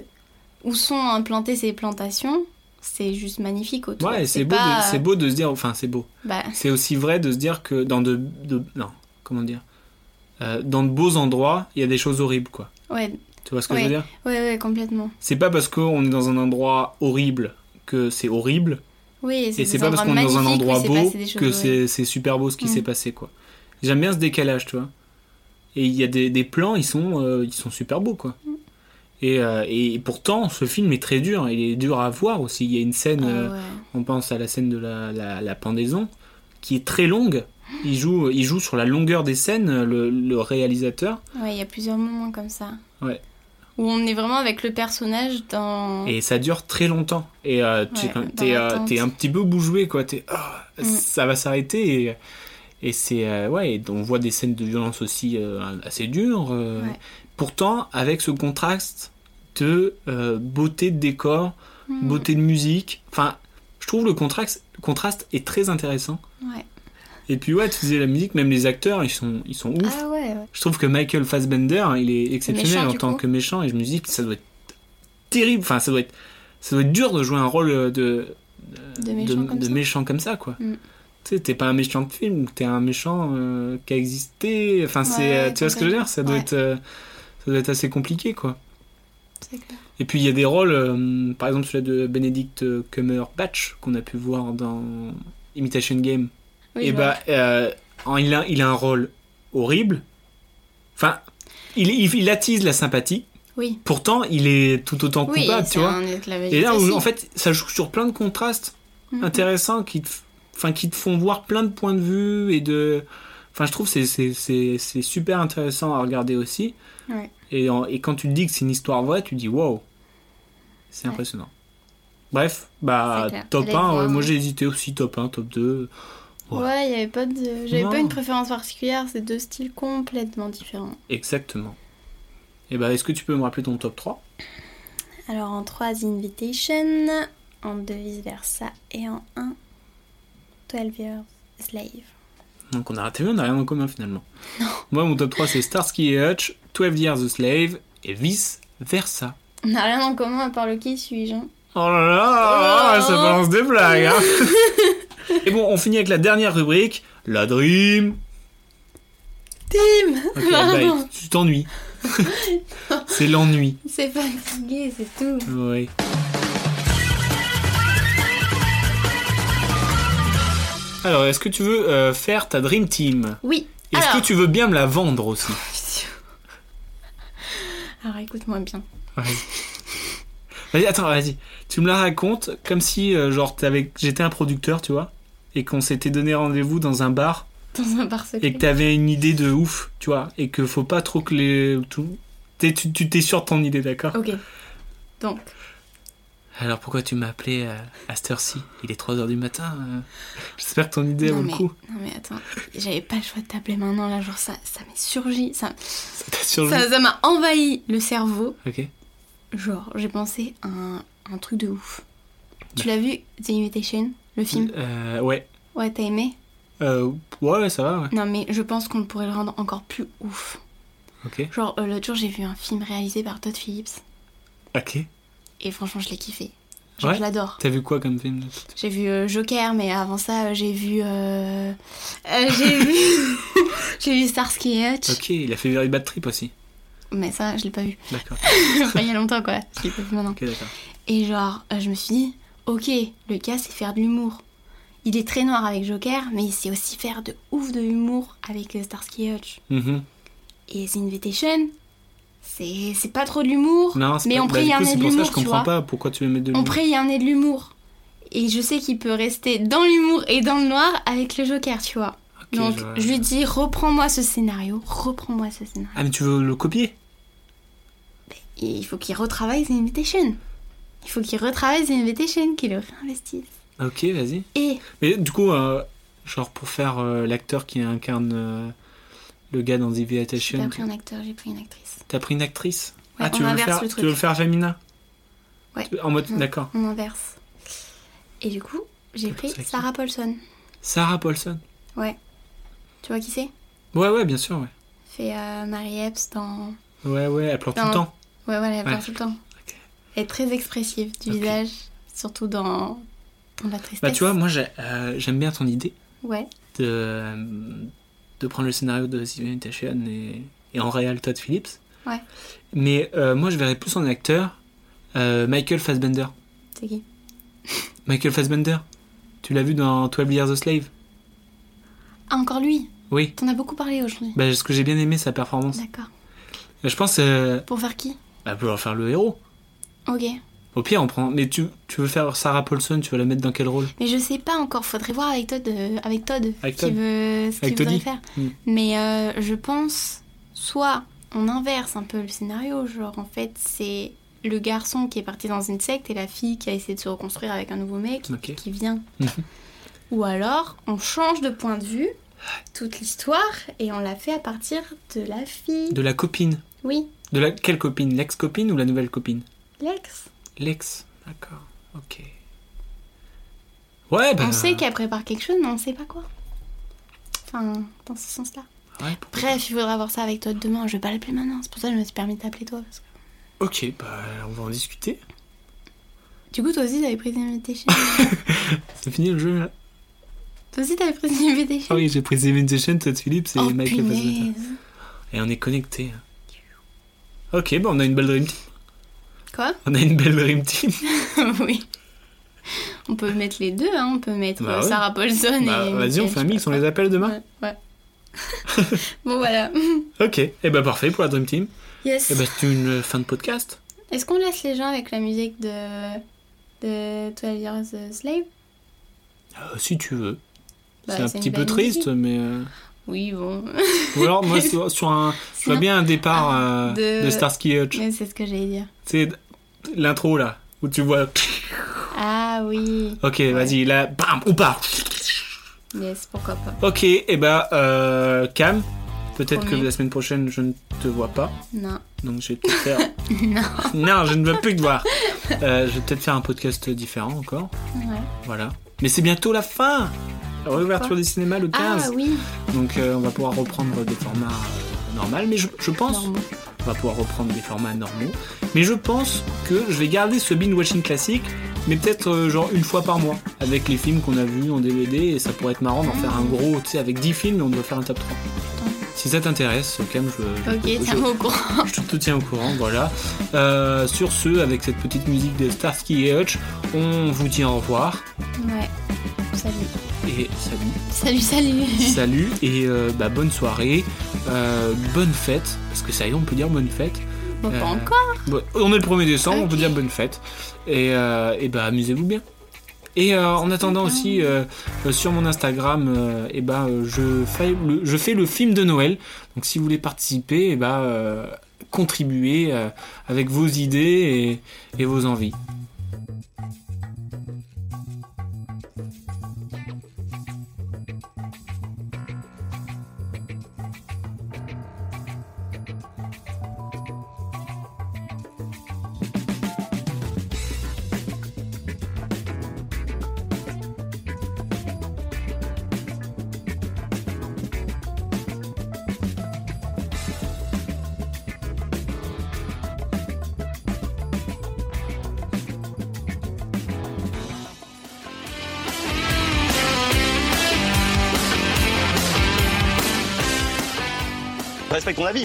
Speaker 4: où sont implantées ces plantations. C'est juste magnifique autour.
Speaker 3: Ouais, et c'est beau,
Speaker 4: pas,
Speaker 3: de- c'est
Speaker 4: euh,
Speaker 3: beau de se dire, enfin c'est beau.
Speaker 4: bah,
Speaker 3: C'est aussi vrai de se dire que dans de, de- non, comment dire, Euh, dans de beaux endroits, il y a des choses horribles quoi.
Speaker 4: ouais,
Speaker 3: Tu vois ce que je veux
Speaker 4: Ouais.
Speaker 3: dire
Speaker 4: ouais, ouais, complètement.
Speaker 3: C'est pas parce qu'on est dans un endroit horrible que c'est horrible,
Speaker 4: Oui,
Speaker 3: Et c'est
Speaker 4: des
Speaker 3: pas parce
Speaker 4: endroits
Speaker 3: qu'on est dans un
Speaker 4: magnifiques où
Speaker 3: endroit
Speaker 4: il s'est
Speaker 3: beau
Speaker 4: passé des choses
Speaker 3: que
Speaker 4: horribles.
Speaker 3: c'est c'est super beau ce qui
Speaker 4: Mm.
Speaker 3: s'est passé, quoi. J'aime bien ce décalage, tu vois. Et il y a des, des plans, ils sont, euh, ils sont super beaux, quoi.
Speaker 4: Mm.
Speaker 3: Et, euh, et pourtant, ce film est très dur. Il est dur à voir aussi. Il y a une scène,
Speaker 4: Ah
Speaker 3: euh,
Speaker 4: ouais.
Speaker 3: on pense à la scène de la, la, la pendaison, qui est très longue. Il joue, il joue sur la longueur des scènes, le, le réalisateur.
Speaker 4: Ah Ouais, il y a plusieurs moments comme ça.
Speaker 3: Ouais.
Speaker 4: Où on est vraiment avec le personnage dans.
Speaker 3: Et ça dure très longtemps. Et euh, t'es
Speaker 4: Ouais,
Speaker 3: quand-
Speaker 4: dans
Speaker 3: t'es, euh,
Speaker 4: l'attente.
Speaker 3: t'es un petit peu bougoué, quoi. T'es, Ah,
Speaker 4: Mm.
Speaker 3: Ça va s'arrêter. Et, et c'est. euh, ouais, et on voit des scènes de violence aussi euh, assez dures. euh,
Speaker 4: Ouais.
Speaker 3: Pourtant, avec ce contraste de euh, beauté de décor,
Speaker 4: Hmm,
Speaker 3: beauté de musique. Enfin, je trouve le contraste, le contraste est très intéressant.
Speaker 4: Mm, ouais.
Speaker 3: Et puis, ouais, tu disais la musique, même les acteurs, ils sont, ils sont ouf.
Speaker 4: Ah ouais, ouais.
Speaker 3: Je trouve que Michael Fassbender, hein, il est exceptionnel
Speaker 4: Méchant,
Speaker 3: en
Speaker 4: du
Speaker 3: tant
Speaker 4: coup.
Speaker 3: que méchant et je me dis que ça doit être terrible. Enfin, ça doit être, ça doit être dur de jouer un rôle euh, de,
Speaker 4: De méchant comme ça.
Speaker 3: méchant comme ça, quoi.
Speaker 4: Mm.
Speaker 3: Tu sais, t'es pas un méchant de film, t'es un méchant euh, qui a existé. Enfin, c'est,
Speaker 4: Ouais,
Speaker 3: euh, tu vois ce que je veux dire Ça doit
Speaker 4: ouais.
Speaker 3: être, euh, ça doit être assez compliqué, quoi.
Speaker 4: C'est clair.
Speaker 3: Et puis il y a des rôles, euh, par exemple celui de Benedict euh, Cumberbatch qu'on a pu voir dans Imitation Game
Speaker 4: Oui,
Speaker 3: et
Speaker 4: je
Speaker 3: bah,
Speaker 4: vois.
Speaker 3: euh, en- il, a, il a un rôle horrible. Enfin, il, il, il attise la sympathie.
Speaker 4: Oui.
Speaker 3: Pourtant, il est tout autant
Speaker 4: Oui,
Speaker 3: coupable,
Speaker 4: c'est
Speaker 3: tu vois.
Speaker 4: un être la
Speaker 3: Et là,
Speaker 4: vérité
Speaker 3: où,
Speaker 4: aussi.
Speaker 3: en fait, ça joue sur plein de contrastes
Speaker 4: Mhm.
Speaker 3: intéressants qui te, f- enfin, qui te font voir plein de points de vue et de. Enfin, je trouve que c'est- c'est- c'est c'est super intéressant à regarder aussi.
Speaker 4: Ouais.
Speaker 3: Et, en- et quand tu te dis que c'est une histoire vraie, tu te dis wow, c'est
Speaker 4: Ouais.
Speaker 3: impressionnant. Bref, bah
Speaker 4: C'est clair.
Speaker 3: top 1,
Speaker 4: Allez le voir,
Speaker 3: euh, moi
Speaker 4: hein.
Speaker 3: j'ai hésité aussi top 1, top 2. voilà.
Speaker 4: Ouais, il y avait pas de. J'avais pas
Speaker 3: Non.
Speaker 4: une préférence particulière, c'est deux styles complètement différents.
Speaker 3: Exactement. Et bah, est-ce que tu peux me rappeler ton top 3
Speaker 4: Alors en 3, The Invitation. En 2, Vice Versa. Et en 1, 12 Years a Slave.
Speaker 3: Donc, on a raté, on n'a rien en commun finalement. Moi, mon top 3, c'est Starsky et Hutch, 12 Years a Slave et Vice Versa.
Speaker 4: On n'a rien en commun à part le qui suis-je. hein.
Speaker 3: Oh là là,
Speaker 4: Oh.
Speaker 3: ça balance des blagues. hein. Et bon, on finit avec la dernière rubrique, la dream.
Speaker 4: Tim
Speaker 3: Ok,
Speaker 4: Pardon.
Speaker 3: bye, tu t'ennuies. c'est l'ennui.
Speaker 4: C'est fatigué, c'est tout.
Speaker 3: Oui. Alors, est-ce que tu veux euh, faire ta dream team
Speaker 4: Oui.
Speaker 3: Est-ce
Speaker 4: Alors.
Speaker 3: que tu veux bien me la vendre aussi
Speaker 4: Alors écoute-moi bien.
Speaker 3: Vas-y, attends, vas-y. Tu me la racontes comme si, euh, genre, t'avais- j'étais un producteur, tu vois, et qu'on s'était donné rendez-vous dans un bar
Speaker 4: Dans un bar secret.
Speaker 3: et que t'avais une idée de ouf, tu vois, et que faut pas trop que les tout. T'es, tu, tu t'es sûr de ton idée, d'accord
Speaker 4: Ok. Donc,
Speaker 3: Oh. Alors pourquoi tu m'as appelé euh, à cette heure-ci Il est 3h du matin. euh, J'espère que ton idée
Speaker 4: non,
Speaker 3: vaut
Speaker 4: mais,
Speaker 3: le coup.
Speaker 4: non mais attends, j'avais pas le choix de t'appeler maintenant là, genre ça, ça m'est surgi, ça
Speaker 3: T'as surjoué
Speaker 4: ça ça m'a envahi le cerveau.
Speaker 3: Ok.
Speaker 4: Genre, j'ai pensé à un, un truc de ouf. Tu l'as vu, The Invitation, le film
Speaker 3: Euh, ouais.
Speaker 4: Ouais, t'as aimé
Speaker 3: Euh, ouais, ouais, ça va, ouais.
Speaker 4: Non mais je pense qu'on pourrait le rendre encore plus ouf.
Speaker 3: Ok.
Speaker 4: Genre, euh, l'autre jour, j'ai vu un film réalisé par Todd Phillips
Speaker 3: Ok.
Speaker 4: et franchement, je l'ai kiffé. Genre,
Speaker 3: Ouais.
Speaker 4: je l'adore.
Speaker 3: T'as vu quoi comme film là
Speaker 4: J'ai vu euh, Joker, mais avant ça, euh, j'ai vu. euh, euh, j'ai vu. j'ai vu Starsky et Hutch.
Speaker 3: Ok, il a fait Very Bad Trip aussi.
Speaker 4: Mais ça, je l'ai pas vu.
Speaker 3: D'accord.
Speaker 4: Enfin, il y a longtemps, quoi. Je l'ai pas vu maintenant.
Speaker 3: Ok, d'accord.
Speaker 4: Et genre, euh, je me suis dit, ok, le gars c'est faire de l'humour. Il est très noir avec Joker, mais il sait aussi faire de ouf de humour avec euh, Starsky et Hutch.
Speaker 3: Mhm.
Speaker 4: Et The Invitation, c'est c'est pas trop de l'humour,
Speaker 3: Non, c'est
Speaker 4: mais
Speaker 3: pas...
Speaker 4: on
Speaker 3: bah,
Speaker 4: pourrait
Speaker 3: du
Speaker 4: y
Speaker 3: coup,
Speaker 4: en
Speaker 3: c'est
Speaker 4: de
Speaker 3: pour ça que
Speaker 4: l'humour,
Speaker 3: je
Speaker 4: tu
Speaker 3: comprends
Speaker 4: vois.
Speaker 3: pas pourquoi tu veux mettre de
Speaker 4: On
Speaker 3: l'humour.
Speaker 4: pourrait y en de l'humour. Et je sais qu'il peut rester dans l'humour et dans le noir avec le Joker, tu vois.
Speaker 3: Ok,
Speaker 4: Donc
Speaker 3: je vois.
Speaker 4: je lui dis, reprends-moi ce scénario, reprends-moi ce scénario.
Speaker 3: Ah, mais tu veux le copier
Speaker 4: Et il faut qu'il retravaille The Invitation. Il faut qu'il retravaille The Invitation, qu'il le réinvestisse.
Speaker 3: Ok, vas-y.
Speaker 4: Et
Speaker 3: Mais du coup, euh, genre pour faire euh, l'acteur qui incarne euh, le gars dans The
Speaker 4: j'ai
Speaker 3: Invitation,
Speaker 4: pas pris un acteur, j'ai pris une actrice.
Speaker 3: t'as pris une actrice
Speaker 4: Ouais,
Speaker 3: Ah, tu
Speaker 4: on
Speaker 3: veux, le
Speaker 4: inverse
Speaker 3: faire,
Speaker 4: le
Speaker 3: tu
Speaker 4: truc.
Speaker 3: veux le faire Jamina
Speaker 4: Ouais.
Speaker 3: Tu- En mode,
Speaker 4: Non.
Speaker 3: d'accord.
Speaker 4: On inverse. Et du coup, j'ai
Speaker 3: T'as
Speaker 4: pris
Speaker 3: pensé à Ah, qui
Speaker 4: Sarah Paulson.
Speaker 3: Sarah Paulson
Speaker 4: Tu vois qui c'est
Speaker 3: Ouais, ouais, bien sûr, ouais.
Speaker 4: Fait euh, Marie Epps dans.
Speaker 3: Ouais, ouais, elle pleure tout
Speaker 4: Non.
Speaker 3: le temps.
Speaker 4: Ouais, voilà, elle parle
Speaker 3: Ouais.
Speaker 4: tout le temps.
Speaker 3: Ok.
Speaker 4: Elle est très expressive du
Speaker 3: Ok.
Speaker 4: visage, surtout dans, dans la tristesse.
Speaker 3: Bah, tu vois, moi j'ai- euh, j'aime bien ton idée
Speaker 4: Ouais,
Speaker 3: de, euh, de prendre le scénario de The Invitation et, et en réel Todd Phillips.
Speaker 4: Ouais.
Speaker 3: Mais euh, moi je verrais plus en acteur euh, Michael Fassbender.
Speaker 4: c'est qui
Speaker 3: Michael Fassbender, tu l'as vu dans 12 Years a Slave
Speaker 4: Ah, encore lui
Speaker 3: Oui.
Speaker 4: T'en as beaucoup parlé aujourd'hui.
Speaker 3: Bah, ce que j'ai bien aimé, sa performance.
Speaker 4: D'accord.
Speaker 3: Je pense, euh,
Speaker 4: Pour faire qui
Speaker 3: bah, pouvoir faire le héros.
Speaker 4: Ok.
Speaker 3: Au pire, on prend. Mais tu, tu veux faire Sarah Paulson, tu veux la mettre dans quel rôle
Speaker 4: Mais je sais pas encore, faudrait voir avec Todd, euh, avec Todd,
Speaker 3: Avec
Speaker 4: ce
Speaker 3: Todd.
Speaker 4: qu'il veut, ce qu'il
Speaker 3: Avec
Speaker 4: voudrait
Speaker 3: Toddy.
Speaker 4: faire.
Speaker 3: Mm.
Speaker 4: Mais euh, je pense, soit on inverse un peu le scénario, genre en fait c'est le garçon qui est parti dans une secte et la fille qui a essayé de se reconstruire avec un nouveau mec
Speaker 3: Ok.
Speaker 4: qui vient.
Speaker 3: Mhm.
Speaker 4: Ou alors on change de point de vue toute l'histoire et on la fait à partir de la fille.
Speaker 3: De la copine.
Speaker 4: Oui,
Speaker 3: De la quelle copine L'ex-copine ou la nouvelle copine
Speaker 4: Lex.
Speaker 3: L'ex. D'accord. Ok. Ouais, bah.
Speaker 4: On sait qu'elle prépare quelque chose, mais on sait pas quoi. Enfin, dans ce sens-là.
Speaker 3: ouais.
Speaker 4: Bref, il faudra voir ça avec toi demain. Je vais pas l'appeler maintenant. C'est pour ça que je me suis permis de t'appeler toi. parce que-
Speaker 3: Ok, bah, on va en discuter.
Speaker 4: Du coup, toi aussi, t'avais pris des invitations.
Speaker 3: C'est fini le jeu là
Speaker 4: toi aussi, t'avais pris des invitations.
Speaker 3: Ah oui, j'ai pris The Invitation, Todd Phillips et
Speaker 4: oh,
Speaker 3: Michael Fassbender.
Speaker 4: punaise.
Speaker 3: Et on est connectés. Ok, bah, on a une belle Dream Team.
Speaker 4: Quoi
Speaker 3: On a une belle Dream Team.
Speaker 4: Oui. On peut mettre les deux, hein. On peut mettre
Speaker 3: Bah
Speaker 4: euh,
Speaker 3: ouais.
Speaker 4: Sarah Paulson
Speaker 3: Bah,
Speaker 4: et.
Speaker 3: vas-y, on
Speaker 4: Michael,
Speaker 3: fait un
Speaker 4: je
Speaker 3: mix,
Speaker 4: sais
Speaker 3: on
Speaker 4: pas
Speaker 3: les appelle demain
Speaker 4: quoi. Ouais. ouais. bon, voilà.
Speaker 3: Ok, et bah parfait pour la Dream Team.
Speaker 4: Yes.
Speaker 3: Et bah c'est une euh, fin de podcast.
Speaker 4: Est-ce qu'on laisse les gens avec la musique de. de 12 Years a Slave
Speaker 3: Euh, si tu veux.
Speaker 4: Bah,
Speaker 3: c'est un
Speaker 4: c'est une
Speaker 3: petit peu
Speaker 4: belle
Speaker 3: triste, mais. euh,
Speaker 4: Oui, bon.
Speaker 3: Ou alors, moi, sur, sur un. Je vois
Speaker 4: un-
Speaker 3: bien un départ euh,
Speaker 4: ah, de-
Speaker 3: de... Starsky et Hutch.
Speaker 4: Mais c'est ce que j'allais dire.
Speaker 3: C'est l'intro là, où tu vois.
Speaker 4: Ah oui.
Speaker 3: Ok, vas-y, là, bam, ou pas.
Speaker 4: Yes, pourquoi pas.
Speaker 3: Ok, et bah, euh, Cam, peut-être que
Speaker 4: Promis.
Speaker 3: la semaine prochaine, je ne te vois pas.
Speaker 4: Non.
Speaker 3: Donc, je vais peut-être faire.
Speaker 4: Non.
Speaker 3: non, je ne veux plus te voir. Euh, je vais peut-être faire un podcast différent encore.
Speaker 4: Ouais.
Speaker 3: Voilà. Mais c'est bientôt la fin La Réouverture des cinémas le
Speaker 4: Ah
Speaker 3: 15.
Speaker 4: oui.
Speaker 3: Donc euh, on va pouvoir reprendre des formats euh, normaux, mais je, je pense,
Speaker 4: Normaux.
Speaker 3: on va pouvoir reprendre des formats normaux. Mais je pense que je vais garder ce binge-watching classique, mais peut-être euh, genre une fois par mois, avec les films qu'on a vus en DVD, et ça pourrait être marrant d'en faire un gros, tu sais, avec 10 films, on doit faire un top 3. Si ça t'intéresse, quand même, je, je-
Speaker 4: Ok,
Speaker 3: je-
Speaker 4: tiens-moi au courant.
Speaker 3: je te tiens au courant, voilà. Euh, sur ce, avec cette petite musique de Starsky et Hutch, on vous dit au revoir,
Speaker 4: Ouais. Salut.
Speaker 3: et salut
Speaker 4: Salut, salut.
Speaker 3: salut et euh, bah, bonne soirée, euh, bonne fête, parce que ça y est, on peut dire bonne fête.
Speaker 4: Bon,
Speaker 3: Euh,
Speaker 4: pas encore.
Speaker 3: Bon, on est le 1er décembre, on peut
Speaker 4: Ok.
Speaker 3: dire bonne fête. Et, euh, et bah, amusez-vous bien. Et euh, en attendant aussi, euh, euh, sur mon Instagram, euh, eh ben, euh, je, fais le, je fais le film de Noël. Donc si vous voulez participer, et bah, euh, contribuez euh, avec vos idées et- et vos envies.
Speaker 5: Je respecte ton avis,